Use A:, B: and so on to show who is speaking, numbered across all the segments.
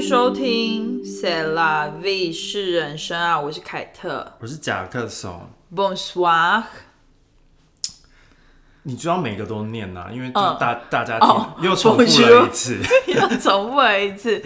A: 收听《塞拉 V 是人生》啊，我是凯特。
B: 我是甲克手，
A: Bonsoir，
B: 你就要每个都念啊呐、因为就
A: 嗯
B: 大、大家
A: 哦
B: 听又重复了一次。
A: 又重复了一次。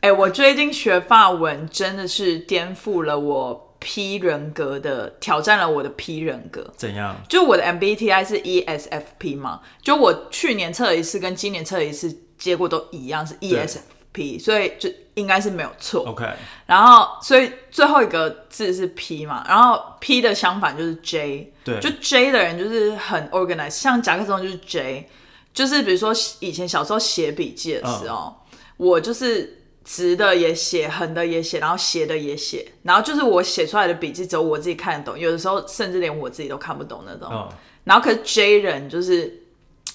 A: 哎、我最近学法文真的是颠覆了我 P 人格的，挑战了我的 P 人格。
B: 怎样？
A: 就我的 MBTI 是 E ESFP 嘛，就我去年测了一次跟今年测了一次，结果都一样是 E ESFP，所以就应该是没有错。
B: OK，
A: 然后，所以最后一个字是 P 嘛，然后 P 的相反就是 J，
B: 对
A: 就 J 的人就是很 organized，像甲壳虫就是 J，就是比如说以前小时候写笔记的时候，我就是直的也写，横的也写，然后斜的也写，然后就是我写出来的笔记只有我自己看得懂，有的时候甚至连我自己都看不懂那种。
B: 嗯，
A: 然后可是 J 人就是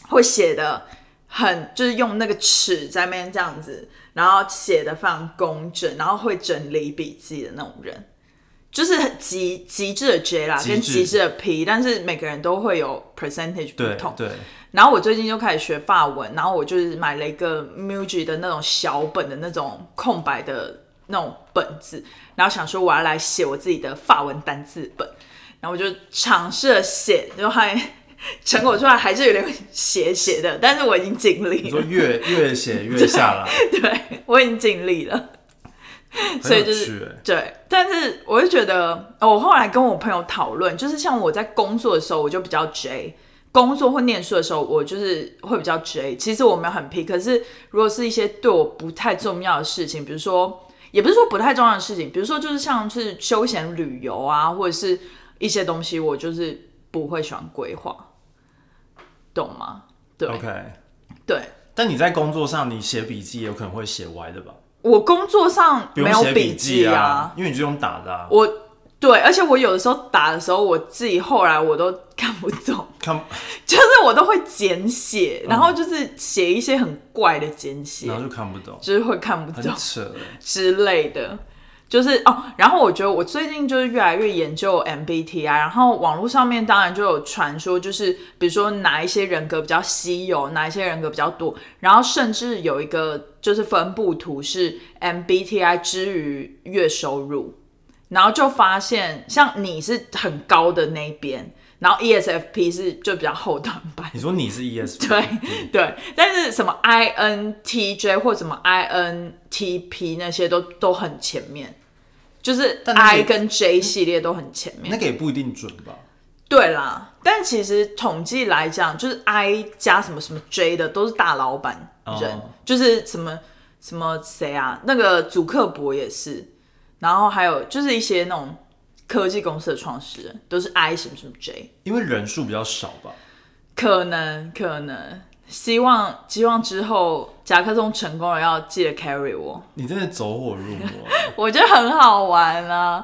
A: 会写的很，就是用那个尺在那边这样子，然后写的非常工整，然后会整理笔记的那种人，就是很极极致的 J 啦，
B: 极致
A: 跟极致的 P，但是每个人都会有 percentage 不
B: 对
A: 同。
B: 对，
A: 然后我最近就开始学法文，然后我就是买了一个 Muji 的那种小本的那种空白的那种本子，然后想说我要来写我自己的法文单字本，然后我就尝试了写，就还 成果出来还是有点斜斜的，但是我已经尽
B: 你
A: 力
B: 说
A: 了，
B: 越越写越下 来，
A: 对我已经尽力了。所
B: 很
A: 以
B: 有
A: 就
B: 趣、
A: 是
B: 欸。
A: 对，但是我就觉得，哦我后来跟我朋友讨论，就是像我在工作的时候，我就比较 J；工作或念书的时候，我就是会比较 J。其实我没有很 P，可是如果是一些对我不太重要的事情，比如说，也不是说不太重要的事情，比如说就是像是休闲旅游啊，或者是一些东西，我就是不会喜欢规划，懂吗？对
B: OK，
A: 对，
B: 但你在工作上，你写笔记有可能会写歪的吧？
A: 我工作上
B: 不
A: 没
B: 用
A: 有
B: 写
A: 笔
B: 记
A: 记啊。
B: 因为你就用打的、啊，
A: 我对，而且我有的时候打的时候，我自己后来我都看不懂，
B: 看，
A: 就是我都会简写，然后就是写一些很怪的简写，
B: 嗯然后就看不懂，
A: 就是会看不
B: 很
A: 懂
B: 扯欸、
A: 之类的。就是哦，然后我觉得我最近就是越来越研究 MBTI，然后网络上面当然就有传说，就是比如说哪一些人格比较稀有，哪一些人格比较多，然后甚至有一个就是分布图是 MBTI 之于月收入，然后就发现像你是很高的那一边，然后 E ESFP 是就比较后段班，
B: 你说你是 E ES，
A: 对对，但是什么 INTJ 或什么 INTP 那些都都很前面，就是
B: 但那
A: I
B: 些
A: 跟 J 系列都很前面
B: 那。个也不一定准吧？
A: 对啦，但其实统计来讲，就是 I 加什么什么 J 的都是大老板人，
B: 哦
A: 就是什么什么谁啊，那个祖克伯也是，然后还有就是一些那种科技公司的创始人都是 I 什么什么 J。
B: 因为人数比较少吧？
A: 可能，可能，希望希望之后甲壳虫成功了，要记得 carry 我，
B: 你真的走火入魔欸、
A: 我觉得很好玩啊。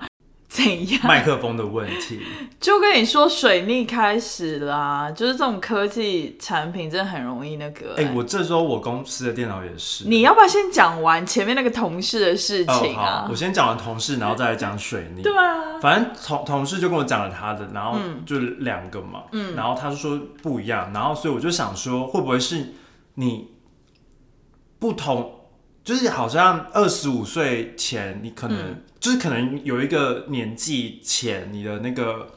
A: 怎样？
B: 麦克风的问题，
A: 就跟你说，水逆开始啦、就是这种科技产品真的很容易那个、欸
B: 哎、我这周我公司的电脑也是，
A: 你要不要先讲完前面那个同事的事
B: 哦，
A: 情
B: 好
A: 啊？，
B: 我先讲完同事，然后再来讲水泥。
A: 对啊，嗯
B: 反正同同事就跟我讲了他的，然后就两个嘛，然后他就说不一样，然后所以我就想说，会不会是你不同，就是好像二十五岁前，你可能、
A: 嗯
B: 就是可能有一个年纪前，你的那个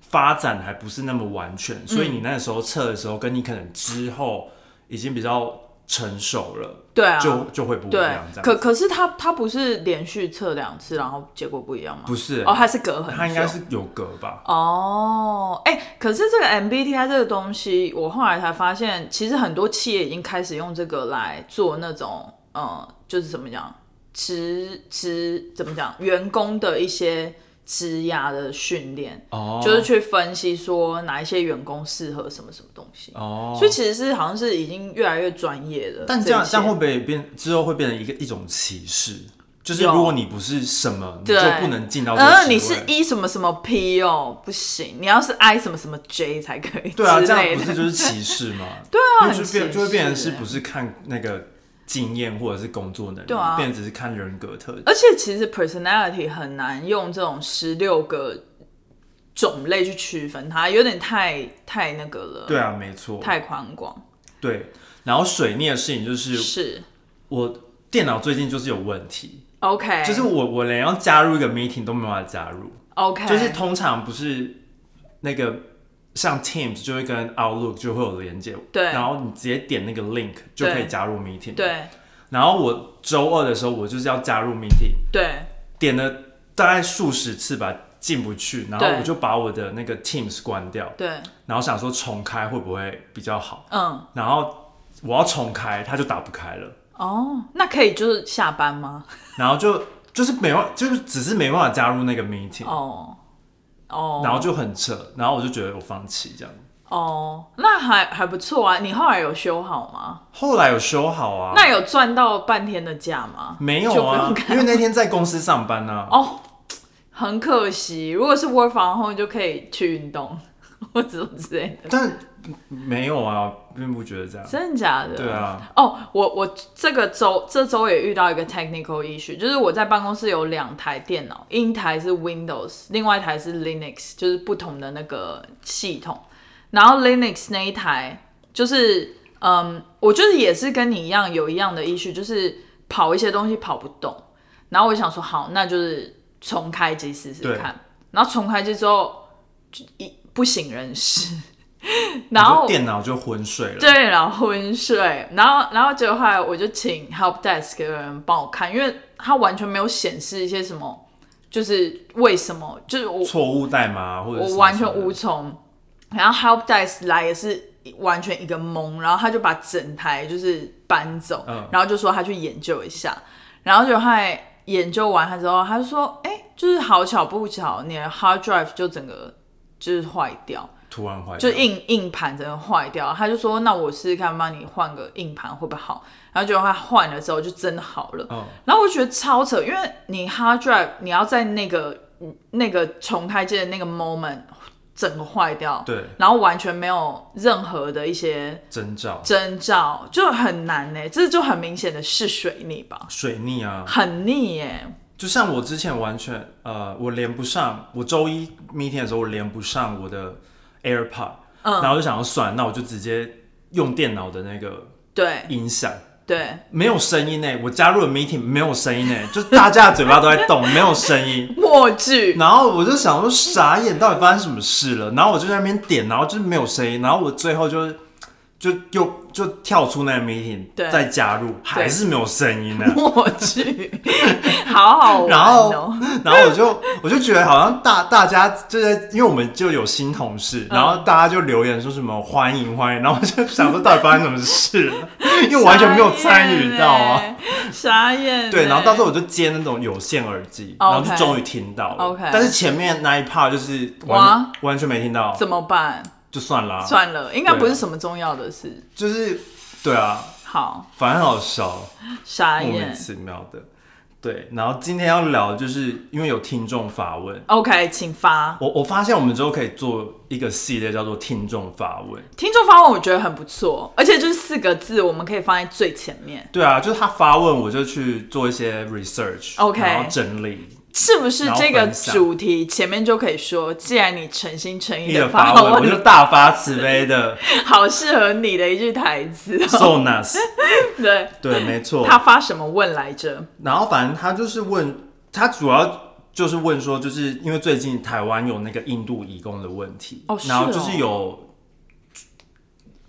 B: 发展还不是那么完全，所以
A: 嗯
B: 你那时候测的时候，跟你可能之后已经比较成熟了，
A: 对啊，
B: 就就会不一
A: 对
B: 样这。样
A: 可
B: 子。
A: 可是他他不是连续测两次，然后结果不一样吗？
B: 不是、
A: 哦，他是隔很久。
B: 他应该是有格吧？
A: 哦，哎、可是这个 MBTI 啊这个东西，我后来才发现，其实很多企业已经开始用这个来做那种，呃，就是怎么讲，职职怎么讲，员工的一些职涯的训练，
B: 哦，
A: 就是去分析说哪一些员工适合什么什么东西。
B: 哦，
A: 所以其实是好像是已经越来越专业了。
B: 但这样
A: 一些
B: 这样会不会变之后会变成一个一种歧视？就是
A: 有
B: 如果你不是什么，你就
A: 对
B: 不能进到这个
A: 呃，
B: 职位。
A: 你是一什么什么 P 哦，不行，你要是 I 什么什么 J 才可以之类的。
B: 对啊，这样不是就是歧视 吗？对
A: 啊
B: 就
A: 很
B: 变
A: 歧
B: 就会变成
A: 视
B: 是
A: 欸
B: 不是看那个经验或者是工作能力，
A: 对啊
B: 变成只是看人格特质。
A: 而且其实 personality 很难用这种十六个种类去区分它，有点太太那个了，
B: 对啊，没错，
A: 太宽广。
B: 对。然后水逆的事情就是
A: 是，
B: 我电脑最近就是有问题，
A: OK，
B: 就是我我连要加入一个 meeting 都没办法加入，
A: OK，
B: 就是通常不是那个像 Teams 就会跟 Outlook 就会有连接，
A: 对
B: 然后你直接点那个 link 就可以加入 meeting，，
A: 对
B: 然后我周二的时候我就是要加入 meeting，
A: 对
B: 点了大概数十次吧，进不去，然后
A: 对
B: 我就把我的那个 Teams 关掉，
A: 对，
B: 然后想说重开会不会比较好，
A: 嗯，
B: 然后我要重开它就打不开了，
A: 哦，那可以就是下班 吗？
B: 然后就就是没办，就是只是没办法加入那个 meeting，、
A: 哦哦
B: 然后就很扯，然后我就觉得我放弃这样。
A: 哦，那还还不错啊。你后来有修好吗？
B: 后来有修好啊，
A: 那有赚到半天的假吗？
B: 没
A: 就
B: 有
A: 不
B: 啊
A: 用，看
B: 因为那天在公司上班呢、啊。
A: 哦，很可惜。如果是 work from home 就可以去运动 或者什么之类的，
B: 但没有啊，并不觉得这样。
A: 真的假的？
B: 对。啊，
A: 哦，我我这个周这周也遇到一个 technical issue，就是我在办公室有两台电脑，一台是 Windows，另外一台是 Linux，就是不同的那个系统。然后 Linux 那一台就是，嗯，我就是也是跟你一样有一样的 issue，就是跑一些东西跑不动。然后我就想说，好，那就是重开机试试
B: 对
A: 看。然后重开机之后，就一不省人事。 然
B: 你
A: 后
B: 就电脑就昏睡了。
A: 对，然后昏睡，然后然后结果后来我就请 help desk 的人帮我看，因为他完全没有显示一些什么，就是为什么，就是我
B: 错误代码啊或者
A: 我完
B: 什么
A: 全
B: 什么的
A: 无从。然后 help desk 来也是完全一个懵，然后他就把整台就是搬走，
B: 嗯
A: 然后就说他去研究一下，然后就还研究完他之后，他就说，哎、就是好巧不巧，你的 hard drive 就整个就是坏掉。
B: 突然坏掉，
A: 就硬硬盘整个坏掉，他就说那我试试看帮你换个硬盘会不会好，然后结果他换了之后就真的好了，
B: 嗯
A: 然后我就觉得超扯，因为你 hard drive 你要在那个那个重开机的那个 moment 整个坏掉，
B: 对
A: 然后完全没有任何的一些
B: 征兆
A: 征兆，就很难呢、这就很明显的是水逆吧，
B: 水逆啊。
A: 很腻耶、
B: 就像我之前完全呃，我连不上，我周一 meeting 的时候我连不上我的 AirPod，、然
A: 嗯
B: 后我就想要算，那我就直接用电脑的那个
A: 对
B: 音响，
A: 对，
B: 没有声音呢、欸我加入了 meeting 没有声音呢、就是大家的嘴巴都在动，没有声音。
A: 默剧，
B: 然后我就想说傻眼，到底发生什么事了？然后我就在那边点，然后就是没有声音，然后我最后就是就又就跳出那个 meeting，
A: 对
B: 再加入还是没有声音呢、
A: 默剧，好好玩
B: 然后
A: 哦、，
B: 然后我就我就觉得好像大大家就在，因为我们就有新同事，
A: 嗯
B: 然后大家就留言说什么欢迎欢迎，然后我就想说到底发生什么事了，因为 我完全没有参与到 啊。
A: 傻眼欸，傻眼欸。
B: 对，然后到时候我就接那种有线耳机，然后就
A: 哦 OK
B: 终于听到了。
A: OK
B: 但是前面那一 part 就是完
A: 哇
B: 完全没听到，
A: 哎怎么办？
B: 就算啦、
A: 算了，应该不
B: 对
A: 是
B: 啊
A: 什么重要的事。
B: 就是对啊，
A: 好，
B: 反正很好笑，
A: 傻
B: 莫名
A: 眼。
B: 其妙的。对，然后今天要聊，就是因为有听众发问，
A: OK，请发
B: 我我发现我们之后可以做一个系列叫做听众发问。
A: 听众发问，我觉得很不错，而且就是四个字，我们可以放在最前面，
B: 对啊，就是他发问，我就去做一些 research，
A: OK
B: 然后整理。
A: 是不是？
B: 然后
A: 这个
B: 分享
A: 主题前面就可以说，既然你诚心诚意
B: 一的
A: 的
B: 发
A: 发
B: 问，我
A: 问，
B: 就大发慈悲的
A: 好适合你的一句台 词、哦。
B: so nice。
A: 对，
B: 对，没错。
A: 他发什么问来着？
B: 然后反正他就是问，他主要就是问说，就是因为最近台湾有那个印度移工的问题，
A: 哦是
B: 然后就
A: 哦
B: 是有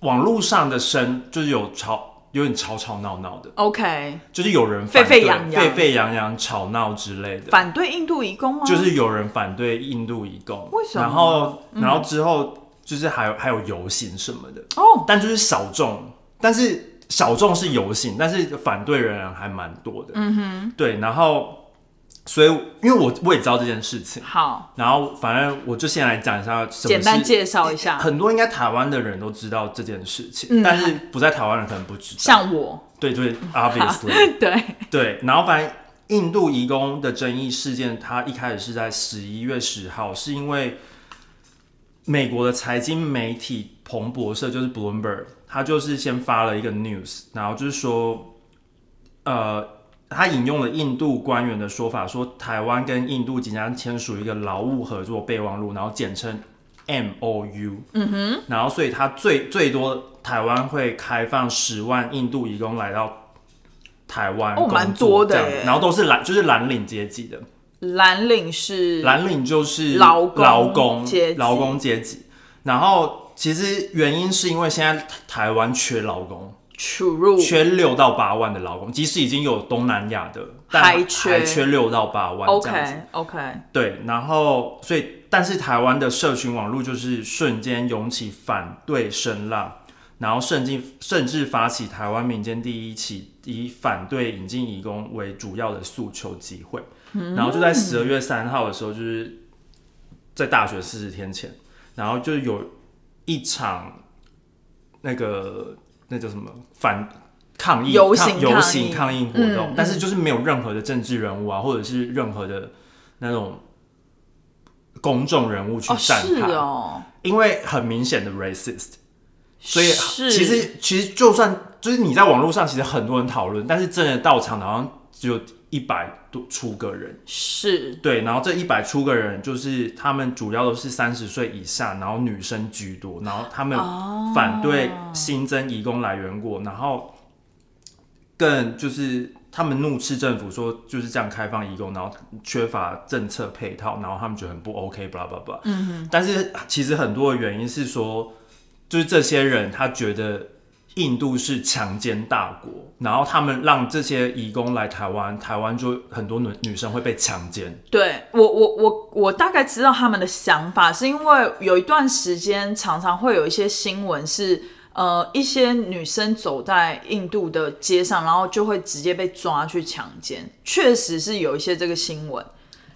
B: 网络上的声，就是有吵，有点吵吵闹闹的，
A: ？OK，
B: 就是有人
A: 沸
B: 反对
A: 沸扬扬
B: 沸沸扬扬、吵闹之类的，
A: 反对印度移工吗？
B: 就是有人反对印度移工，
A: 为什么嗯
B: 然后，然后之后就是还有还有游行什么的，
A: 哦，
B: 但就是小众，但是小众是游行，但是反对人还蛮多的。嗯哼，对，然后所以因为我我也知道这件事情，
A: 好，
B: 然后反正我就先来讲一下什么
A: 简单
B: 是
A: 介绍一下。
B: 很多应该台湾的人都知道这件事情，
A: 嗯
B: 但是不在台湾人可能不知道。
A: 像我，
B: 对对，obviously，
A: 对，
B: 对，然后反正印度移工的争议事件，它一开始是在十一月十号，是因为美国的财经媒体彭博社，就是 Bloomberg，他就是先发了一个 news，然后就是说，呃，他引用了印度官员的说法，说台湾跟印度即将签署一个劳务合作备忘录，然后简称 M O U。然后
A: 嗯
B: 所以它最最多台湾会开放十万印度移工来到台湾
A: 哦蛮
B: 工作
A: 多的
B: 这样
A: 耶
B: 然后都是蓝就是蓝领阶级的，
A: 蓝领是
B: 蓝领就是
A: 劳工
B: 劳工
A: 阶级
B: 劳工阶级，然后其实原因是因为现在台湾缺劳工，
A: 出入
B: 缺六到八万的劳工，即使已经有东南亚的，但
A: 还缺
B: 还缺六到八万这样子。
A: OK OK，
B: 对，然后所以，但是台湾的社群网络就是瞬间涌起反对声浪，然后甚至甚至发起台湾民间第一起以反对引进移工为主要的诉求集会，然后就在十二月三号的时候，就是在大学四十天前，然后就有一场那个那叫什么反抗议
A: 游
B: 抗
A: 行
B: 游
A: 抗
B: 行
A: 议
B: 抗议活动，
A: 嗯
B: 但是就是没有任何的政治人物啊，或者是任何的那种公众人物去
A: 哦
B: 站
A: 是
B: 台，
A: 哦，
B: 因为很明显的 racist，所以
A: 是
B: 其实其实就算就是你在网络上其实很多人讨论，但是真的到场的好像只有一百多出个人。
A: 是
B: 对，然后这一百出个人，就是他们主要都是三十岁以下，然后女生居多，然后他们
A: 哦
B: 反对新增移工来源国，然后更就是他们怒斥政府说就是这样开放移工，然后缺乏政策配套，然后他们觉得很不 OK，blah blah blah。嗯哼。但是其实很多的原因是说，就是这些人他觉得印度是强奸大国，然后他们让这些移工来台湾，台湾就很多女女生会被强奸。
A: 对我，我我我大概知道他们的想法，是因为有一段时间常常会有一些新闻是，呃，一些女生走在印度的街上，然后就会直接被抓去强奸，确实是有一些这个新闻，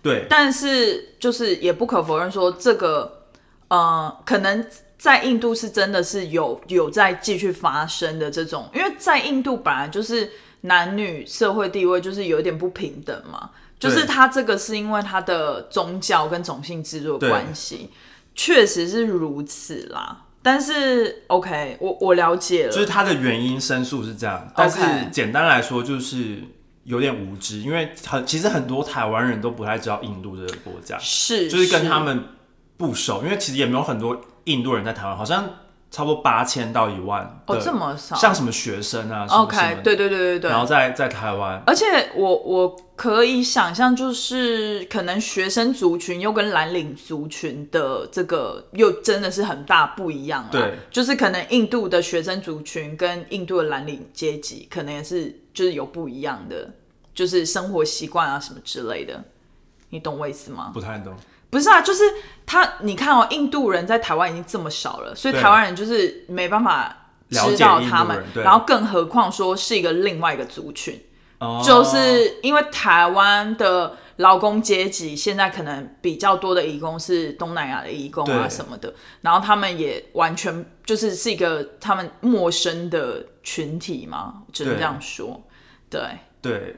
B: 对，
A: 但是就是也不可否认说这个，呃，可能。在印度是真的是有有在继续发生的这种，因为在印度本来就是男女社会地位就是有点不平等嘛，就是
B: 对
A: 他这个是因为他的宗教跟种姓制度的关系，确实是如此啦。但是 OK，我我了解了，
B: 就是它的原因申诉是这样，但是简单来说就是有点无知，因为很其实很多台湾人都不太知道印度这个国家，
A: 是
B: 就是跟他们不熟，因为其实也没有很多印度人在台湾，好像差不多八千到一万的
A: 哦这么少
B: 像什么学生啊什么什么
A: OK，对对对对对，
B: 然后在在台湾，
A: 而且我我可以想象，就是可能学生族群又跟蓝领族群的这个又真的是很大不一样啦。
B: 对，
A: 就是可能印度的学生族群跟印度的蓝领阶级，可能也是就是有不一样的，就是生活习惯啊什么之类的。你懂我意思吗？
B: 不太懂，
A: 不是啊，就是他，你看哦，印度人在台湾已经这么少了，所以
B: 对
A: 台湾人就是没办法
B: 了
A: 知
B: 解
A: 道
B: 印
A: 他
B: 度
A: 们
B: 人，对
A: 然后更何况说是一个另外一个族群。
B: 哦
A: 就是因为台湾的劳工阶级现在可能比较多的移工是东南亚的移工啊
B: 对
A: 什么的，然后他们也完全就是是一个他们陌生的群体嘛，只能
B: 对
A: 这样说。对，
B: 对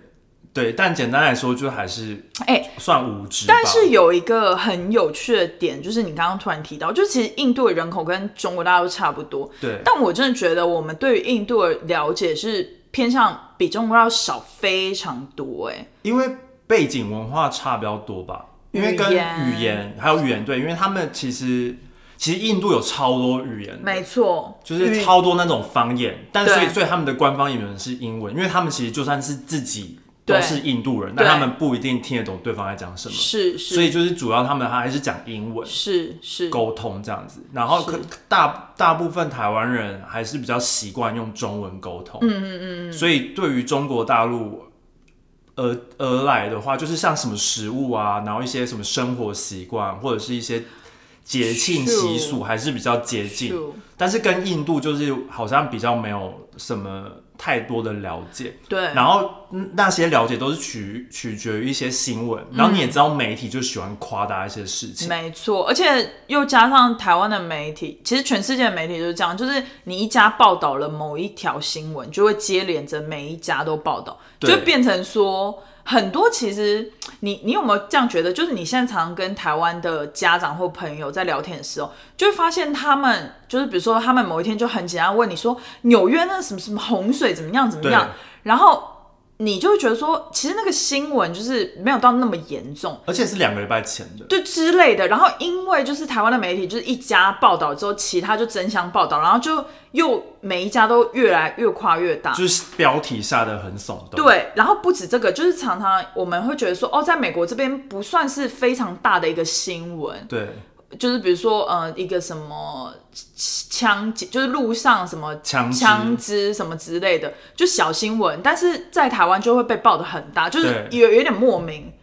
B: 对，但简单来说就还是
A: 哎、
B: 算无知吧，
A: 但是有一个很有趣的点，就是你刚刚突然提到，就其实印度的人口跟中国大陆差不多，
B: 对
A: 但我真的觉得我们对于印度的了解是偏向比中国大陆少非常多、哎。
B: 因为背景文化差比较多吧，因为跟
A: 语言
B: 语言还有语言对，因为他们其实其实印度有超多语言，
A: 没错，
B: 就是超多那种方言，但
A: 对
B: 所以所以他们的官方语言是英文，因为他们其实就算是自己都
A: 对
B: 是印度人，
A: 对
B: 但他们不一定听得懂对方在讲什么，
A: 是是，
B: 所以就是主要他们还是讲英文
A: 是是
B: 沟通这样子，然后可
A: 是
B: 大大部分台湾人还是比较习惯用中文沟通，嗯嗯嗯，所以对于中国大陆而而来的话，就是像什么食物啊，然后一些什么生活习惯或者是一些节庆习俗，
A: True
B: 还是比较接近，
A: True
B: 但是跟印度就是好像比较没有什么太多的了解，
A: 对，
B: 然后嗯那些了解都是取取决于一些新闻，然后你也知道媒体就喜欢夸大一些事情。
A: 没错，而且又加上台湾的媒体，其实全世界的媒体就是这样，就是你一家报道了某一条新闻，就会接连着每一家都报道，
B: 对
A: 就变成说很多其实你你有没有这样觉得？就是你现在常跟台湾的家长或朋友在聊天的时候，就会发现他们就是比如说他们某一天就很简单问你说纽约那什么什么洪水怎么样怎么样
B: 对，
A: 然后。你就会觉得说，其实那个新闻就是没有到那么严重，
B: 而且是两个礼拜前的。
A: 对之类的。然后因为就是台湾的媒体就是一家报道之后，其他就争相报道，然后就又每一家都越来越跨越大。
B: 就是标题下的很耸动，，
A: 对，然后不止这个，就是常常我们会觉得说，哦，在美国这边不算是非常大的一个新闻，
B: 对，
A: 就是比如说，呃，一个什么枪击，就是路上什么
B: 枪支
A: 枪支什么之类的，就小新闻，但是在台湾就会被报的很大，就是
B: 对
A: 有有点莫名，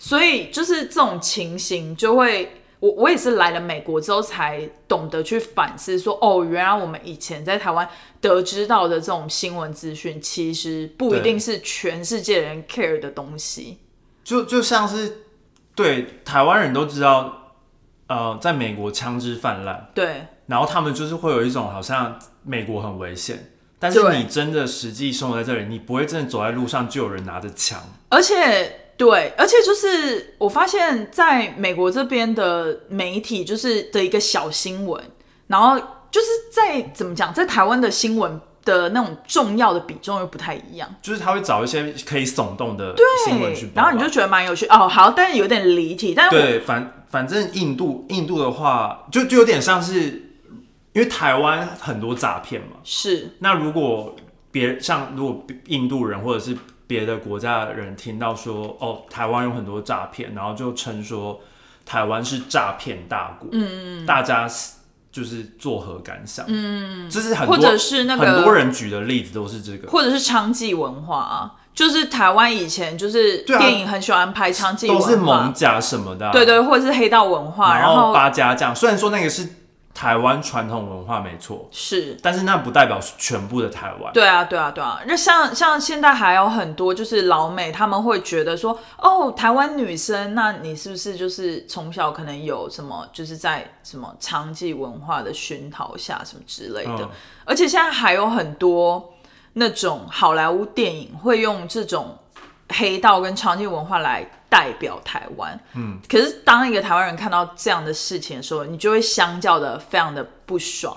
A: 所以就是这种情形就会。我我也是来了美国之后才懂得去反思说哦，原来我们以前在台湾得知到的这种新闻资讯，其实不一
B: 对
A: 定是全世界人 care 的东西。
B: 就就像是对台湾人都知道，呃，在美国枪支泛滥，
A: 对，
B: 然后他们就是会有一种好像美国很危险，但是
A: 对
B: 你真的实际生活在这里，你不会真的走在路上就有人拿着枪，
A: 而且对，而且就是我发现，在美国这边的媒体就是的一个小新闻，然后就是在怎么讲，在台湾的新闻的那种重要的比重又不太一样。
B: 就是他会找一些可以耸动的新闻去
A: 对，
B: 报
A: 然
B: 道。
A: 后你就觉得蛮有趣哦。好，但是有点离题，但是我
B: 对，反反正印度印度的话，就就有点像是，因为台湾很多诈骗嘛，
A: 是
B: 那如果别像如果印度人或者是别的国家的人听到说哦，台湾有很多诈骗，然后就称说台湾是诈骗大国，嗯嗯，大家是就是作何感想？嗯，这是很多
A: 或者是那个
B: 很多人举的例子都是这个，
A: 或者是娼妓文化啊，就是台湾以前就是
B: 对啊
A: 电影很喜欢拍娼妓
B: 都是
A: 文
B: 蒙
A: 化，
B: 甲什么的、啊，
A: 对，对，或者是黑道文化，
B: 然
A: 然
B: 后
A: 后
B: 八家将，虽然说那个是台湾传统文化没错，
A: 是
B: 但是那不代表全部的台湾。
A: 对啊，对啊，对啊。那像像现在还有很多就是老美，他们会觉得说，哦，台湾女生，那你是不是就是从小可能有什么，就是在什么娼妓文化的熏陶下什么之类的？
B: 嗯
A: 而且现在还有很多那种好莱坞电影会用这种黑道跟娼妓文化来代表台湾。嗯，可是当一个台湾人看到这样的事情的时候，你就会相较的非常的不爽。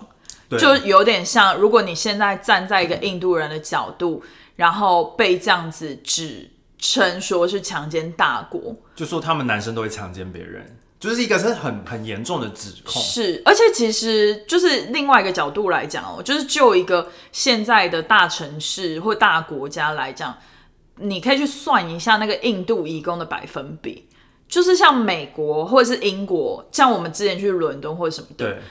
B: 对
A: 就有点像，如果你现在站在一个印度人的角度，然后被这样子指称说是强奸大国，
B: 就说他们男生都会强奸别人，就是一个是很很严重的指控。
A: 是，而且其实就是另外一个角度来讲哦，就是就一个现在的大城市或大国家来讲，你可以去算一下那个印度移工的百分比，就是像美国或者是英国，像我们之前去伦敦或者什么的，
B: 对，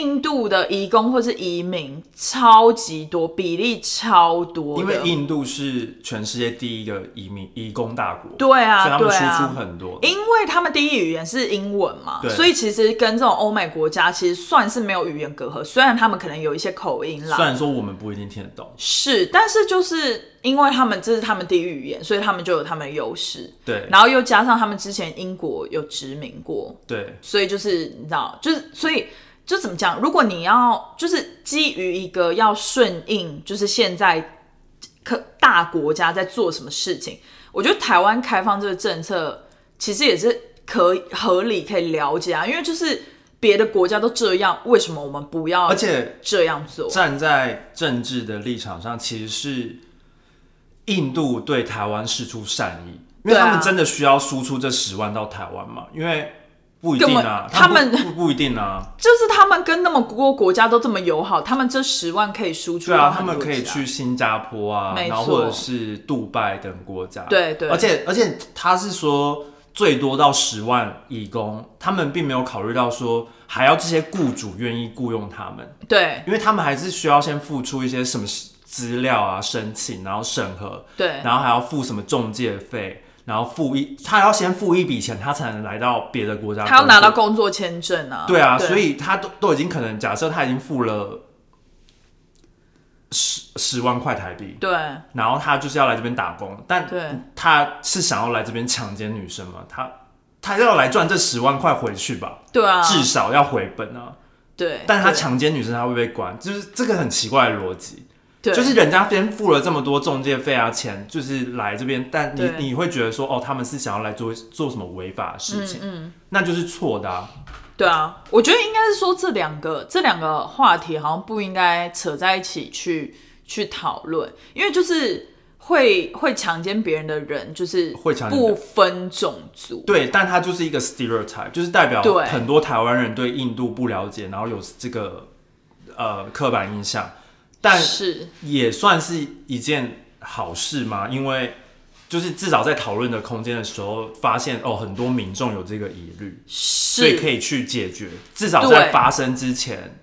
A: 印度的移工或是移民超级多，比例超多的，
B: 因为印度是全世界第一个移民移工大国，、
A: 对
B: 所以他
A: 啊，
B: 们
A: 对
B: 输
A: 啊，
B: 出很多。
A: 因为他们第一语言是英文嘛
B: 对，
A: 所以其实跟这种欧美国家其实算是没有语言隔阂，虽然他们可能有一些口音
B: 虽
A: 啦，
B: 然说我们不一定听得懂，
A: 是，但是就是因为他们这是他们第一语言，所以他们就有他们的优势，
B: 对
A: 然后又加上他们之前英国有殖民过，
B: 对
A: 所以就是你知道，就是所以就怎么讲？如果你要就是基于一个要顺应，就是现在可大国家在做什么事情，我觉得台湾开放这个政策其实也是可以合理可以了解啊，因为就是别的国家都这样，为什么我们不要
B: 而且
A: 这样做？
B: 站在政治的立场上，其实是印度对台湾示出善意，因为
A: 对啊
B: 他们真的需要输出这十万到台湾嘛，因为不一定啊，
A: 根本
B: 他
A: 他们
B: 不不不一定啊，
A: 就是他们跟那么多国家都这么友好，他们这十万可以输 出
B: 对啊
A: 到，
B: 他
A: 很多
B: 们可以
A: 家
B: 去新加坡啊，
A: 没
B: 然后
A: 错
B: 或者是杜拜等国家。
A: 对对
B: 啊而且而且他是说最多到十万义工，他们并没有考虑到说还要这些雇主愿意雇佣他们，
A: 对
B: 因为他们还是需要先付出一些什么资料啊、申请，然后审核，
A: 对
B: 然后还要付什么中介费。然后付一，他要先付一笔钱，他才能来到别的国家工作。
A: 他要拿到工作签证啊，
B: 对啊，所以他都都已经可能假设他已经付了十十万块台币，
A: 对。
B: 然后他就是要来这边打工，但
A: 对
B: 他是想要来这边强奸女生吗？他他要来赚这十万块回去吧，
A: 对啊，
B: 至少要回本啊。
A: 对，
B: 但他
A: 对
B: 强奸女生，他会被关，就是这个很奇怪的逻辑。
A: 对
B: 就是人家先付了这么多中介费啊钱，就是来这边，但你
A: 对
B: 你会觉得说，哦，他们是想要来做做什么违法的事情，
A: 嗯
B: 那就是错的啊。
A: 对啊，我觉得应该是说这两个这两个话题好像不应该扯在一起去去讨论，因为就是会会强奸别人的人，就是
B: 会强奸
A: 不分种族。
B: 对，但它就是一个 stereotype，就是代表
A: 对
B: 很多台湾人对印度不了解，然后有这个呃刻板印象，但
A: 是
B: 也算是一件好事吗？因为就是至少在讨论的空间的时候，发现哦，很多民众有这个疑虑，所以可
A: 是，
B: 以去解决，至少在
A: 对
B: 发生之前。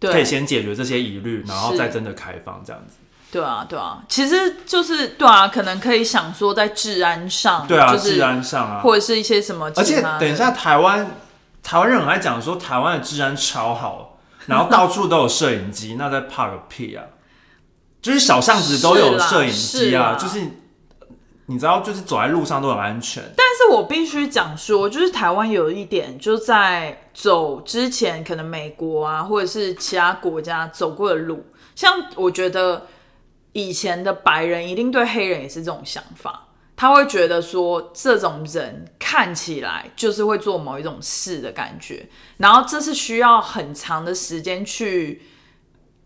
B: 可以
A: 对
B: 先解决这些疑虑，然后
A: 是
B: 再真的开放这样子。
A: 对啊，对啊，其实就是对啊，可能可以想说在治安上，
B: 对啊，
A: 就是
B: 治安上啊，
A: 或者是一些什么
B: 而
A: 其
B: 且
A: 他的，
B: 等一下，台湾台湾人很爱讲说台湾的治安超好， 然后到处都有摄影机，那在怕个屁啊！就是小巷子都有摄影机啊，
A: 是
B: 就
A: 啦是
B: 是你知道，就是走在路上都很安全。
A: 但是我必须讲说，就是台湾有一点，就在走之前，可能美国啊，或者是其他国家走过的路，像我觉得以前的白人一定对黑人也是这种想法，他会觉得说这种人看起来就是会做某一种事的感觉，然后这是需要很长的时间去。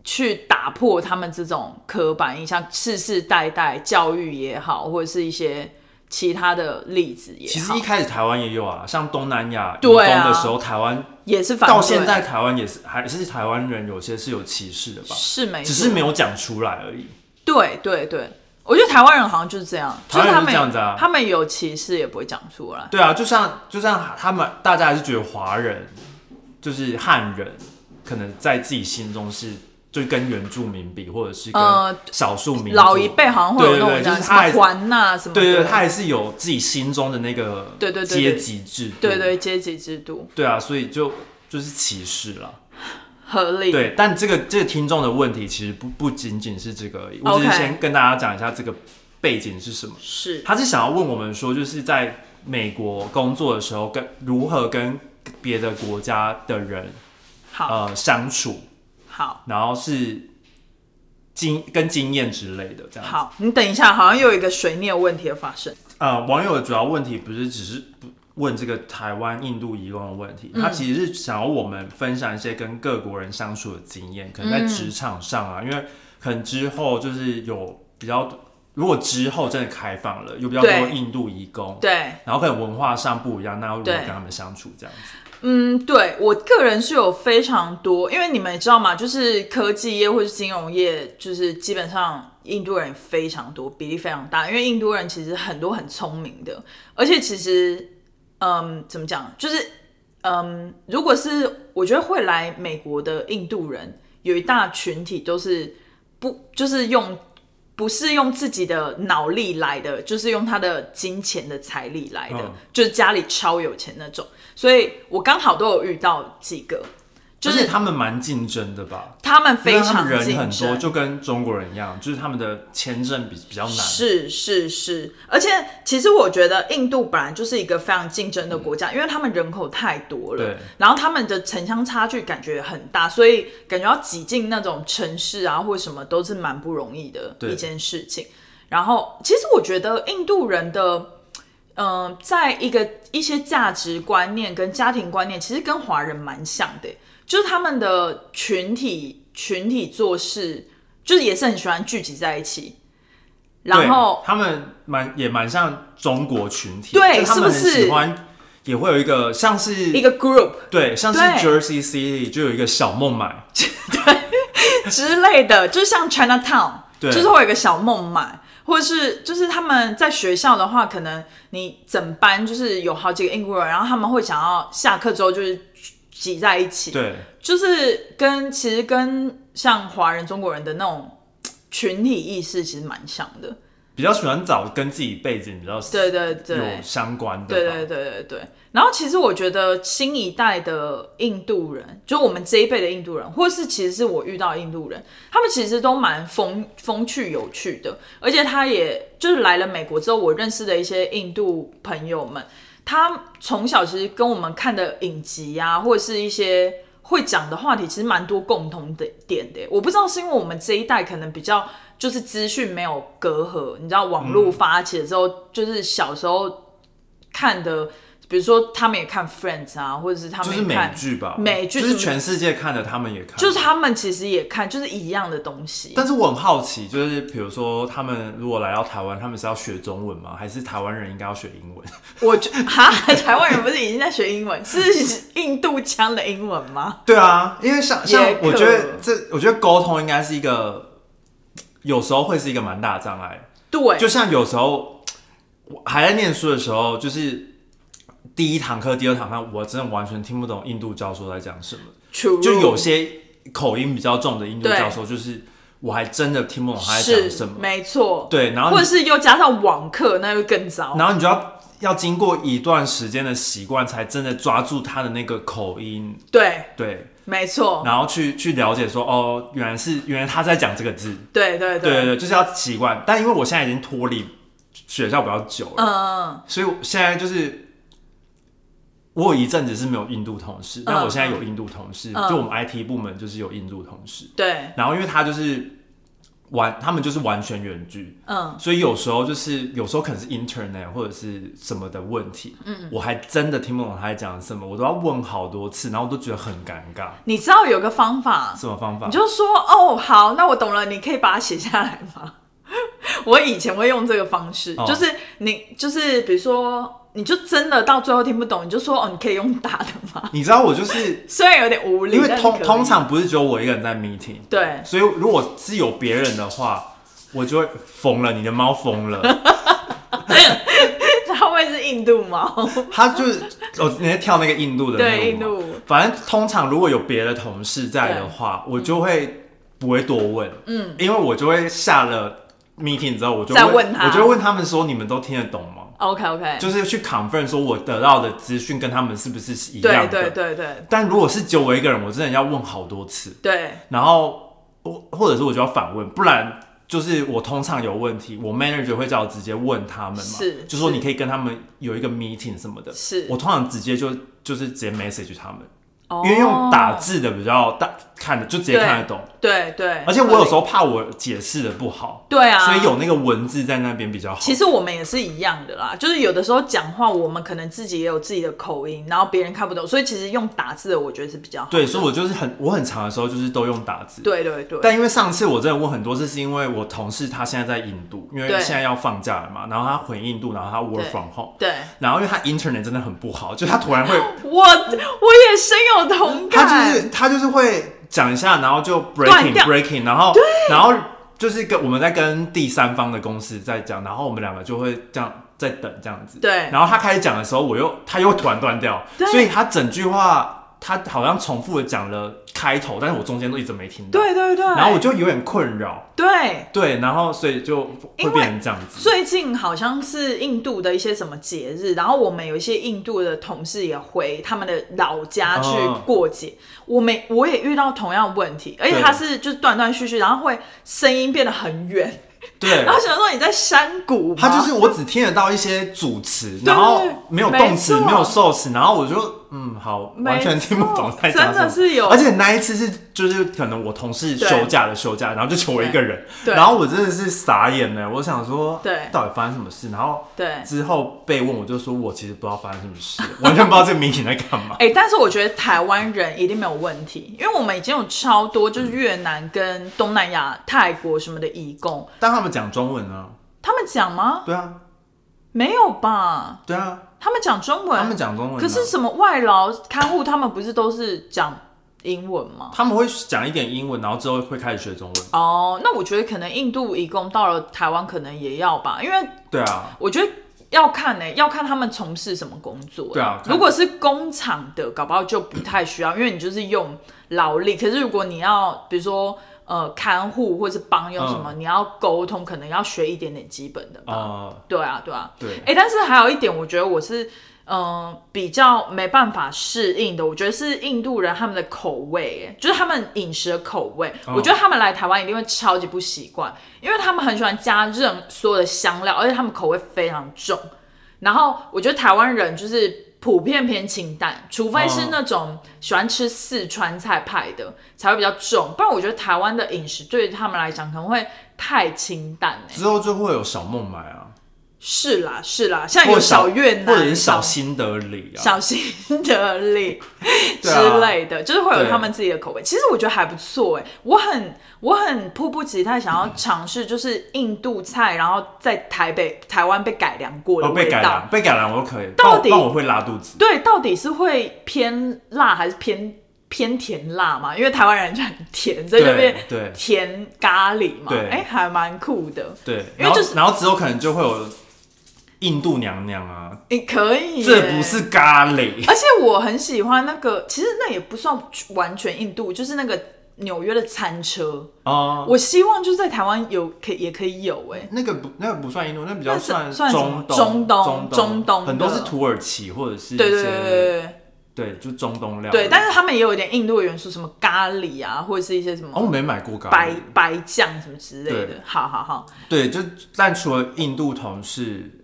A: 去打破他们这种刻板印象，世世代代教育也好，或者是一些其他的例子也好，
B: 其实一开始台湾也有啊，像东南亚移工
A: 对啊
B: 的时候，台湾
A: 也是反对
B: 到现在台湾也是还是台湾人有些是有歧视的吧，
A: 是没错，
B: 只是没有讲出来而已。
A: 对对对，我觉得台湾人好像就是这样，
B: 台湾
A: 就是
B: 人
A: 他
B: 就
A: 们
B: 这样子啊
A: 他们有歧视也不会讲出来，
B: 对啊，就像就像他们大家还是觉得华人就是汉人，可能在自己心中是就跟原住民比，或者是跟
A: 呃
B: 少数民族、
A: 老一辈好像会有那种
B: 对对对
A: 讲
B: 就是
A: 什
B: 他还
A: 么环呐什么的，
B: 对对对，他还是有自己心中的那个
A: 对对对对
B: 阶级制度，
A: 对对阶级制度
B: 对啊，所以就就是歧视了。
A: 合理，
B: 对，但这个这个听众的问题其实不不仅仅是这个而已，我只是
A: OK
B: 先跟大家讲一下这个背景是什么。
A: 是
B: 他是想要问我们说，就是在美国工作的时候，跟如何跟别的国家的人
A: 好
B: 呃相处，
A: 好
B: 然后是经跟经验之类的这样子。
A: 好，你等一下，好像又有一个水逆的问题的发生，
B: 呃，网友的主要问题不是只是不问这个台湾印度移工的问
A: 嗯
B: 题，他其实是想要我们分享一些跟各国人相处的经验，可能
A: 嗯
B: 在职场上啊，因为可能之后就是有比较，如果之后真的开放了，有比较多
A: 对
B: 印度移工，
A: 对，
B: 然后可能文化上不一样，那要如何
A: 对
B: 跟他们相处这样子？
A: 嗯，对我个人是有非常多，因为你们也知道嘛，就是科技业或是金融业，就是基本上印度人非常多，比例非常大。因为印度人其实很多很聪明的，而且其实，嗯，怎么讲，就是，嗯，如果是我觉得会来美国的印度人，有一大群体都是不就是用不是用自己的脑力来的，就是用他的金钱的财力来的，
B: 嗯
A: 就是家里超有钱那种。所以我刚好都有遇到几个，就
B: 而且
A: 是
B: 他们蛮竞争的吧，
A: 他们非
B: 因为他
A: 常
B: 们人很
A: 竞
B: 多，
A: 争。
B: 就跟中国人一样，就是他们的签证比比较难。
A: 是是是，而且其实我觉得印度本来就是一个非常竞争的国家，因为他们人口太多了
B: 嗯对，
A: 然后他们的城乡差距感觉很大，所以感觉要挤进那种城市啊或什么都是蛮不容易的
B: 对
A: 一件事情。然后其实我觉得印度人的。嗯、在一个一些价值观念跟家庭观念，其实跟华人蛮像的，欸就是他们的群体群体做事，就是也是很喜欢聚集在一起，然后
B: 对他们蛮也蛮像中国群体，
A: 对
B: 就他们很
A: 是不是
B: 喜欢也会有一个像是
A: 一个 group
B: 对，像是
A: 对
B: Jersey City 就有一个小孟买，
A: 之类 的，就像 Chinatown，
B: 对
A: 就是会有一个小孟买，或者是就是他们在学校的话，可能你整班就是有好几个印度人，然后他们会想要下课之后就是挤在一起，
B: 对
A: 就是跟其实跟像华人、中国人的那种嘖群体意识其实蛮像的。
B: 比较喜欢找跟自己背景比较
A: 对对对
B: 有相关的吧，
A: 对对对对对。然后其实我觉得新一代的印度人，就我们这一辈的印度人，或是其实是我遇到的印度人，他们其实都蛮风风趣有趣的，而且他也就是来了美国之后，我认识的一些印度朋友们，他从小其实跟我们看的影集啊，或者是一些。会讲的话题其实蛮多共同的点的，我不知道是因为我们这一代可能比较就是资讯没有隔阂，你知道网络发起了之后，就是小时候看的比如说他们也看 Friends 啊，或者是他
B: 就
A: 们
B: 是
A: 也
B: 美
A: 看
B: 剧啊吧，
A: 美剧
B: 就是
A: 什么
B: 全世界看的，他们也看，
A: 就是他们其实也看，就是一样的东西。
B: 但是我很好奇，就是比如说他们如果来到台湾，他们是要学中文吗？还是台湾人应该要学英文？
A: 我就 哈，台湾人不是已经在学英文，是印度腔的英文吗？
B: 对啊，因为像像
A: 也可
B: 我觉得这，我觉得沟通应该是一个有时候会是一个蛮大的障碍。
A: 对，
B: 就像有时候我还在念书的时候，就是第一堂课、第二堂课，我真的完全听不懂印度教授在讲什么。
A: 就
B: 就有些口音比较重的印度教授，就是我还真的听不懂他在
A: 是
B: 讲什么。
A: 没错，
B: 对，然后你
A: 或者是又加上网课，那就更糟。
B: 然后你就要要经过一段时间的习惯，才真的抓住他的那个口音，
A: 对，
B: 对，
A: 没错，
B: 然后去去了解说，哦，原来是原来他在讲这个字，
A: 对对
B: 对对对，就是要习惯。但因为我现在已经脱离学校比较久了，
A: 嗯，
B: 所以我现在就是。我有一阵子是没有印度同事，但我现在有印度同事，
A: 嗯
B: 就我们 IT 部门就是有印度同事。
A: 对，
B: 然后因为他就是完，他们就是完全远距，
A: 嗯，
B: 所以有时候就是有时候可能是 internet 或者是什么的问题，嗯，我还真的听不懂他在讲什么，我都要问好多次，然后我都觉得很尴尬。
A: 你知道有个方法，
B: 什么方法
A: 你？就说哦，好，那我懂了，你可以把它写下来吗？ 我以前会用这个方式，
B: 哦
A: 就是你就是比如说，你就真的到最后听不懂，你就说哦，你可以用打的吗？
B: 你知道我就是
A: 虽然有点无理，
B: 因为
A: 但是
B: 通
A: 可以
B: 通常不是只有我一个人在 meeting，
A: 对，
B: 所以如果是有别人的话，我就会疯了，你的猫疯 了，
A: 它会是印度猫，
B: 它就是哦，你在跳那个印度的那
A: 对，
B: 个舞
A: 印
B: 吗
A: 度，
B: 反正通常如果有别的同事在的话，我就会不会多问，嗯，因为我就会下了 meeting 之后，我就
A: 再
B: 会
A: 问他
B: 我就会问他们说，你们都听得懂吗？
A: OK OK，
B: 就是去 confirm 说我得到的资讯跟他们是不是是一
A: 对
B: 样的。
A: 对对对
B: 但如果是只有我一个人，我真的要问好多次，
A: 对，
B: 然后我或者是我就要反问，不然。就是我通常有问题，我 manager 会叫我直接问他们嘛，
A: 是
B: 就说
A: 是
B: 你可以跟他们有一个 meeting 什么的，
A: 是
B: 我通常直接就就是直接 message 他们，
A: 哦
B: 因为用打字的比较大看的，就直接看得懂。
A: 对对，
B: 而且我有时
A: 候
B: 候怕我解释的不好，
A: 对啊，
B: 所以有那个文字在那边比较好。
A: 其实我们也是一样的啦，就是有的时候讲话，我们可能自己也有自己的口音，然后别人看不懂，所以其实用打字的，我觉得是比较好。
B: 对，所以我就是很我很长的时候就是都用打字。
A: 对对对，
B: 但因为上次我真的问很多次，是因为我同事他现在在印度，因为
A: 对
B: 现在要放假了嘛，然后他回印度，然后他 work
A: 对
B: from home，
A: 对
B: 然后因为他 internet 真的很不好，就他 突然会，
A: 我我也深有同感。
B: 他就是他就是会讲一下，然后就
A: 断
B: breaking
A: 掉
B: breaking，然后然后就是跟我们在跟第三方的公司在讲，然后我们两个就会这样在等这样子。
A: 对
B: 然后他开始讲的时候，我又他又突然断掉，
A: 对
B: 所以他整句话他好像重复的讲了开头，但是我中间都一直没听到。。
A: 对对对，
B: 然后我就有点困扰，
A: 对
B: 对，然后所以就
A: 因为
B: 会变成这样子。
A: 最近好像是印度的一些什么节日，然后我们有一些印度的同事也回他们的老家去
B: 哦
A: 过节。我每我也遇到同样的问题，而且他
B: 对
A: 是就是断断续续，然后会声音变得很远。
B: 对
A: 然，后想说你在山谷吗，
B: 他就是我只听得到一些主词，
A: 对
B: 然后没有动词，
A: 没错
B: 没有受词，然后我就嗯好，
A: 没错
B: 完全听不懂在讲什么。
A: 真的是有
B: 而且那一次是就是可能我同事休假的休假，然后就求我一个人，
A: 对
B: 然后我真的是傻眼了，我想说
A: 对
B: 到底发生什么事，然后
A: 对。
B: 之后被问我就说我其实不知道发生什么事， 完全不知道这个民警在干 嘛。
A: 哎、但是我觉得台湾人一定没有问题，因为我们已经有超多就是越南跟东南亚、泰国什么的移工，
B: 但他们讲中文啊，
A: 他们讲吗？
B: 对啊，
A: 没有吧？
B: 对啊，
A: 他们讲中文，
B: 他们讲中文啊、
A: 可是什么外劳看护，他们不是都是讲英文吗？
B: 他们会讲一点英文，然后之后会开始学中文。
A: 哦，那我觉得可能印度移工到了台湾，可能也要吧，因为
B: 对啊，
A: 我觉得要看呢、要看他们从事什么工作、欸
B: 对啊看
A: 如果是工厂的，搞不好就不太需要，因为你就是用劳力。可是如果你要，比如说呃看护或是帮佣什么，
B: 嗯
A: 你要沟通，可能要学一点点基本的吧。
B: 呃，
A: 对啊，对啊。
B: 对
A: 哎、但是还有一点，我觉得我是嗯、呃比较没办法适应的。我觉得是印度人他们的口味、欸，就是他们饮食的口味，
B: 哦
A: 我觉得他们来台湾一定会超级不习惯，因为他们很喜欢加任所有的香料，而且他们口味非常重。然后我觉得台湾人就是。普遍偏清淡，除非是
B: 哦
A: 那种喜欢吃四川菜派的、才会比较重，不然我觉得台湾的饮食对于他们来讲可能会太清淡、欸
B: 之后就会有小孟买啊，
A: 是啦是啦，像
B: 或
A: 有
B: 者小
A: 小越南，
B: 或者是小心得理啊，
A: 小心得力之
B: 对啊
A: 类的，就是会有
B: 对
A: 他们自己的口味。其实我觉得还不错哎、我很我很迫不及待想要尝试，就是印度菜，然后在台北台湾被改良过的
B: 哦被
A: 味
B: 改
A: 道。
B: 良，被改良我可以，
A: 到
B: 但我
A: 底
B: 但我会拉肚子。
A: 对，到底是会偏辣还是偏偏甜辣嘛？因为台湾人就很甜，所以就
B: 对
A: 变
B: 对
A: 甜咖喱嘛。
B: 对
A: 哎、还蛮酷的。
B: 对，
A: 因为
B: 然后、
A: 就是
B: 然后之后可能就会有印度娘娘啊，
A: 你可以耶，
B: 这不是咖喱，
A: 而且我很喜欢那个，其实那也不算完全印度，就是那个纽约的餐车。
B: 哦，
A: 我希望就是在台湾有可以也可以有哎、
B: 那个不那个不算印度，那比
A: 那
B: 较
A: 是算什么中
B: 中东
A: 东
B: 东
A: 中东的
B: 很多是土耳其或者是一
A: 对对对对
B: 些
A: 对
B: 对就中东料
A: 对
B: 理
A: 对，但是他们也有一点印度的元素，什么咖喱啊，或者是一些什
B: 哦我
A: 么
B: 没买过咖
A: 白、
B: 喱，
A: 白酱什么之类的
B: 对。
A: 好好好，
B: 对，就但除了印度同事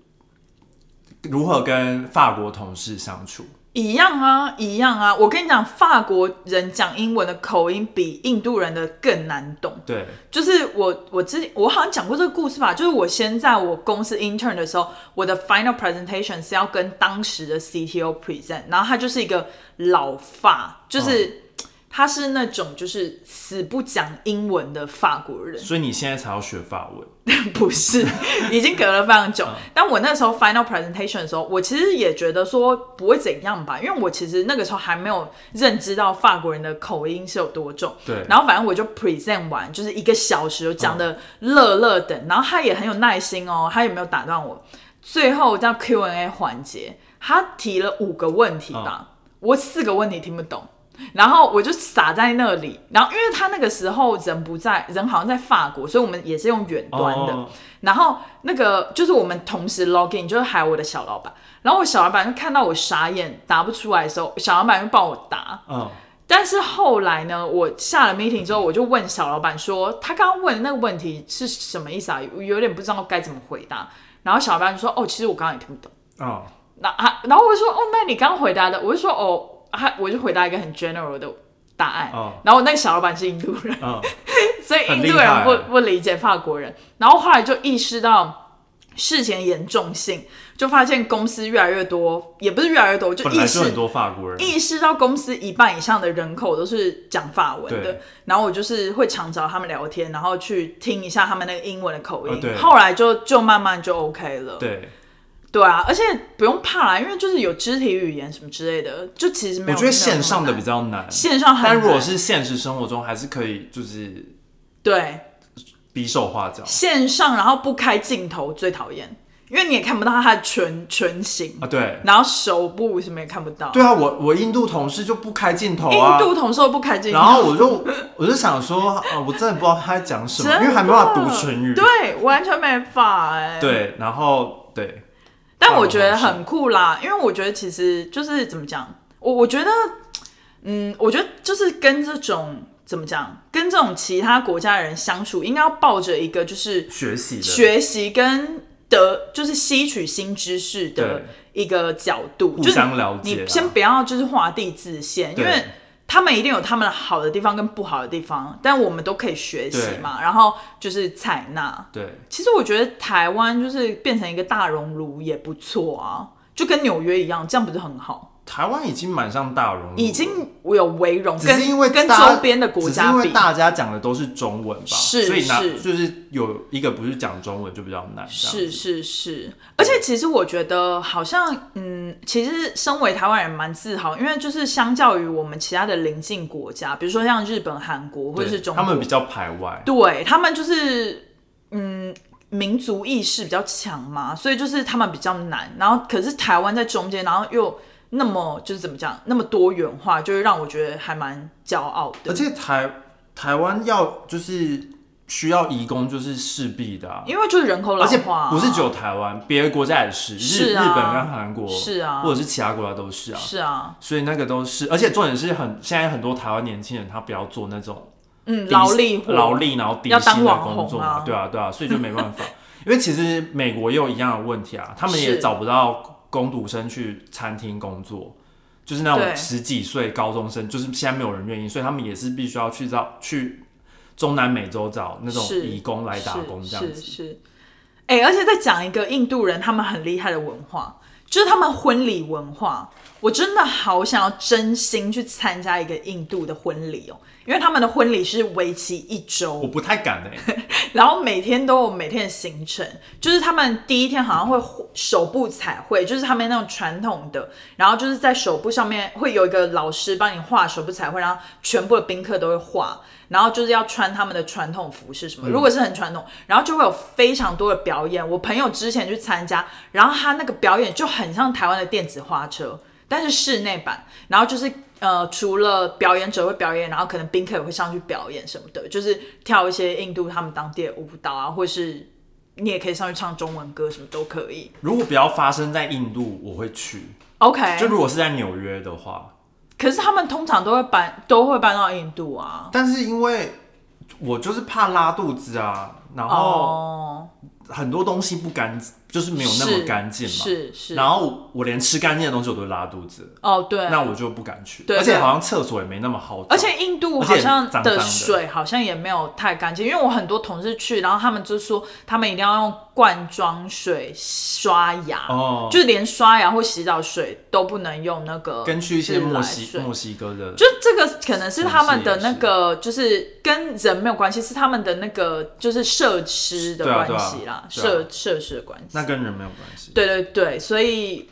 B: 如何跟法国同事相处，
A: 一样啊，一样啊。我跟你讲，法国人讲英文的口音比印度人的更难懂。
B: 对
A: 就是我我之前我好像讲过这个故事吧，就是我先在我公司 intern 的时候，我的 final presentation 是要跟当时的 CTO present，然后他就是一个老法，就是、他是那种就是死不讲英文的法国人，
B: 所以你现在才要学法文，
A: 不是，已经隔了非常久。但我那时候 final presentation 的时候，我其实也觉得说不会怎样吧，因为我其实那个时候还没有认知到法国人的口音是有多重。
B: 对
A: 然后反正我就 present 完，就是一个小时，我讲的乐乐等，然后他也很有耐心哦，他也没有打断我。最后到 Q&A 环节，他提了五个问题吧，我四个问题听不懂。然后我就傻在那里，然后因为他那个时候人不在，人好像在法国，所以我们也是用远端的。
B: 哦
A: 然后那个就是我们同时 login，就是还有我的小老板。然后我小老板就看到我傻眼答不出来的时候，小老板就帮我答。
B: 嗯，
A: 但是后来呢，我下了 meeting 之后，我就问小老板说，他刚刚问的那个问题是什么意思啊？我有点不知道该怎么回答。然后小老板就说，哦，其实我刚刚也听不懂。
B: 哦，
A: 那啊，然后我就说，哦，那你刚刚回答的，我就说，哦，啊，我就回答一个很 general 的答案。
B: 哦
A: 然后那个小老板是印度人。
B: 嗯，
A: 所以印
B: 很
A: 度
B: 厉
A: 人
B: 害啊
A: 不不理解法国人，然后后来就意识到事情的严重性，就发现公司越来越多，也不是越来越多，就
B: 本
A: 意
B: 来 就
A: 识
B: 很多法国人，
A: 意识到公司一半以上的人口都是讲法文的
B: 对，
A: 然后我就是会常找他们聊天，然后去听一下他们那个英文的口音，
B: 哦对
A: 后来就就慢慢就 OK 了，
B: 对，
A: 对啊，而且不用怕啦，因为就是有肢体语言什么之类的，就其实没
B: 我
A: 有
B: 觉得线上的比
A: 较
B: 较难，
A: 线上很难，
B: 但如果是现实生活中，还是可以就是
A: 对
B: 比手画脚
A: 线上然后不开镜头最讨厌，因为你也看不到他的唇唇形，
B: 啊。对，
A: 然后手部什么也看不到。
B: 对啊，我我印度同事就不开镜头啊
A: 印，度同事都不开镜头，
B: 然后我就我就想说，呃，我真的不知道他在讲什么，
A: 真的
B: 因为还没办法读唇语。
A: 对完全没法哎、，
B: 对，然后对，
A: 但我觉得很酷啦，因为我觉得其实就是怎么讲，我我觉得，嗯，我觉得就是跟这种怎么讲，跟这种其他国家的人相处，应该要抱着一个就是
B: 学习的
A: 学习跟得就是吸取新知识的一个角度，
B: 互
A: 就是
B: 相了解啦
A: 你先不要就是画地自限，因
B: 对
A: 为他们一定有他们好的地方跟不好的地方，但我们都可以学习嘛，然后就是采纳。
B: 对
A: 其实我觉得台湾就是变成一个大熔炉也不错啊，就跟纽约一样，这样不是很好？
B: 台湾已经蛮上大融入了，
A: 已经有围融，
B: 嗯只
A: 跟
B: 是因为
A: 跟
B: 大家
A: 周边的国
B: 只是
A: 家
B: 因
A: 比
B: 为，大家讲的都是中文吧，
A: 是
B: 所以拿
A: 是
B: 就是有一个不是讲中文就比较难，这样
A: 是是是，而且其实我觉得好像，嗯，其实身为台湾人蛮自豪，因为就是相较于我们其他的邻近国家，比如说像日本、韩国或
B: 对
A: 者是中国，
B: 他们比较排外，
A: 对他们就是，嗯，民族意识比较强嘛，所以就是他们比较难。然后可是台湾在中间，然后又那么就是怎么讲，那么多元化，就是让我觉得还蛮骄傲的
B: 而。且台台湾要就是需要移工就是势必的、啊，
A: 因为就是人口老
B: 而且
A: 化啊、
B: 不是只有台湾，别的国家也是，
A: 是
B: 日、
A: 啊
B: 日本跟韩国
A: 是啊
B: 或者是其他国家都是啊，
A: 是啊，
B: 所以那个都是，而且重点是很现在很多台湾年轻人他不要做那种
A: 嗯，
B: 低
A: 劳力活
B: 劳力然后低
A: 要当
B: 薪的
A: 网红
B: 工作
A: 啊
B: 嘛，对啊对啊，所以就 没办法，因为其实美国也有一样的问题啊，他们也
A: 是
B: 找不到工读生去餐厅工作。就是那
A: 对
B: 种十几岁高中生，就是现在没有人愿意，所以他们也是必须要去找去中南美洲找那种
A: 是
B: 移工来打工这样
A: 是
B: 子。
A: 是。是哎、而且再讲一个印度人，他们很厉害的文化，就是他们婚礼文化。我真的好想要真心去参加一个印度的婚礼哦，因为他们的婚礼是为期一周
B: 我，不太敢哎、
A: 然后每天都有每天的行程，就是他们第一天好像会手部彩绘，就是他们那种传统的，然后就是在手部上面会有一个老师帮你画手部彩绘，然后全部的宾客都会画，然后就是要穿他们的传统服饰什么，如果是很传统，然后就会有非常多的表演。我朋友之前去参加，然后他那个表演就很像台湾的电子花车，但是室内版，然后就是呃，除了表演者会表演，然后可能宾客也会上去表演什么的，就是跳一些印度他们当地的舞蹈啊，或是你也可以上去唱中文歌，什么都可以。
B: 如果不要发生在印度，我会去。
A: OK，
B: 就如果是在纽约的话，
A: 可是他们通常都会搬，都会搬到印度啊。
B: 但是因为我就是怕拉肚子啊，然后
A: 哦，
B: 很多东西不干，就是没有那
A: 是
B: 么干净嘛。
A: 是是。
B: 然后我我连吃干净的东西我都会拉肚子，
A: 哦，对，
B: 那我就不敢去。
A: 对
B: 而且
A: 对
B: 好像厕所也没那么好找。
A: 而且印度好
B: 而
A: 像
B: 且脏脏的
A: 水好像也没有太干净，因为我很多同事去，然后他们就说他们一定要用罐装水刷牙，
B: 哦
A: 就连刷牙或洗澡水都不能用那个
B: 跟去一些
A: 自来
B: 墨西
A: 水。
B: 墨西哥的，
A: 就这个可能是他们的那个，就是跟人没有关系，是他们的那个就是设施的
B: 对啊
A: 关
B: 对啊
A: 系啦，
B: 对啊
A: 设设施的关系。
B: 那跟人没有关系。
A: 对对对，所以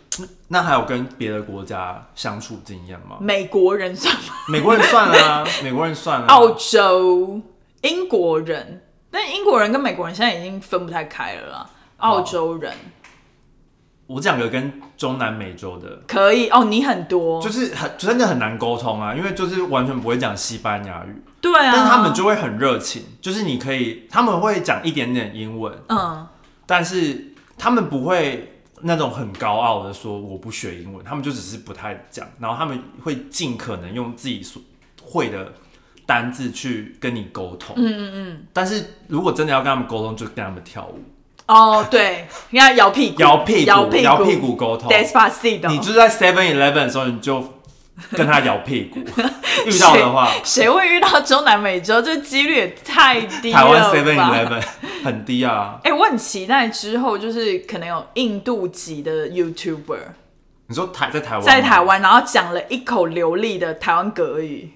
B: 那还有跟别的国家相处经验吗？
A: 美国人算吗
B: 美国人 算啦、美国人算啦、啊
A: 澳洲、英国人，但英国人跟美国人现在已经分不太开了啦。澳洲人
B: 我讲个跟中南美洲的，
A: 可以哦，你很多，
B: 就是很真的很难沟通啊，因为就是完全不会讲西班牙语，
A: 对啊，
B: 但是他们就会很热情，就是你可以，他们会讲一点点英文，
A: 嗯，
B: 但是他们不会那种很高傲的说我不学英文，他们就只是不太讲，然后他们会尽可能用自己所会的单字去跟你沟通，嗯嗯嗯。但是如果真的要跟他们沟通，就跟他们跳舞，
A: 哦，对，你看摇屁股，
B: 摇屁
A: 摇
B: 股，
A: 屁
B: 摇屁股沟通。
A: ，despacito，
B: 你就是在 Seven Eleven 的时候，你就跟他摇屁 股，遇到的话。
A: 谁会遇到中南美洲？这几率也太低了
B: 台
A: 吧。
B: 湾 Seven Eleven 很低啊！
A: 哎、我很期待之后就是可能有印度籍的 YouTuber
B: 你说台在台湾吗，
A: 在台湾，然后讲了一口流利的台湾格语，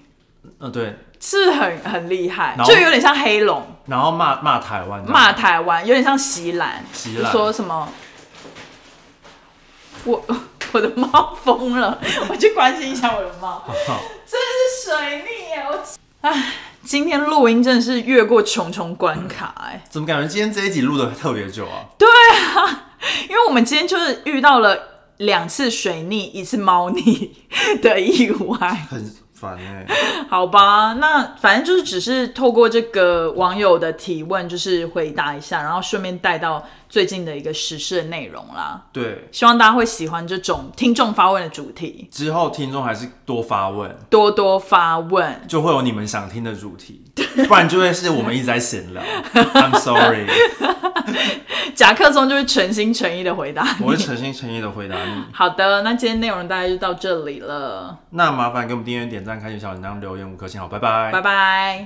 B: 嗯对，
A: 是不是很很厉害，
B: 然后
A: 就有点像黑龙。
B: 然后骂骂台湾这样，啊
A: 骂台湾，有点像席兰，
B: 席兰
A: 就说什么？我我的猫疯了，我去关心一下我的猫，真的是水逆耶！我唉，今天录音真的是越过重重关卡哎、
B: 怎么感觉今天这一集录的特别久啊？
A: 因为我们今天就是遇到了。两次水逆，一次猫腻的意外，
B: 很烦哎、
A: 好吧，那反正就是只是透过这个网友的提问，就是回答一下，然后顺便带到最近的一个时事的内容啦。
B: 对，
A: 希望大家会喜欢这种听众发问的主题，
B: 之后听众还是多发问，
A: 多多发问。
B: 就会有你们想听的主题，不然就会是我们一直在 闲聊。I'm sorry，
A: 夹克松就会诚心诚意的回答
B: 我会
A: 你。
B: 诚心诚意的回答你。
A: 好的，那今天内容大概就到这里了，
B: 那麻烦给我们订阅、点赞、开启小铃铛、留言五颗星，好，拜拜
A: 拜拜。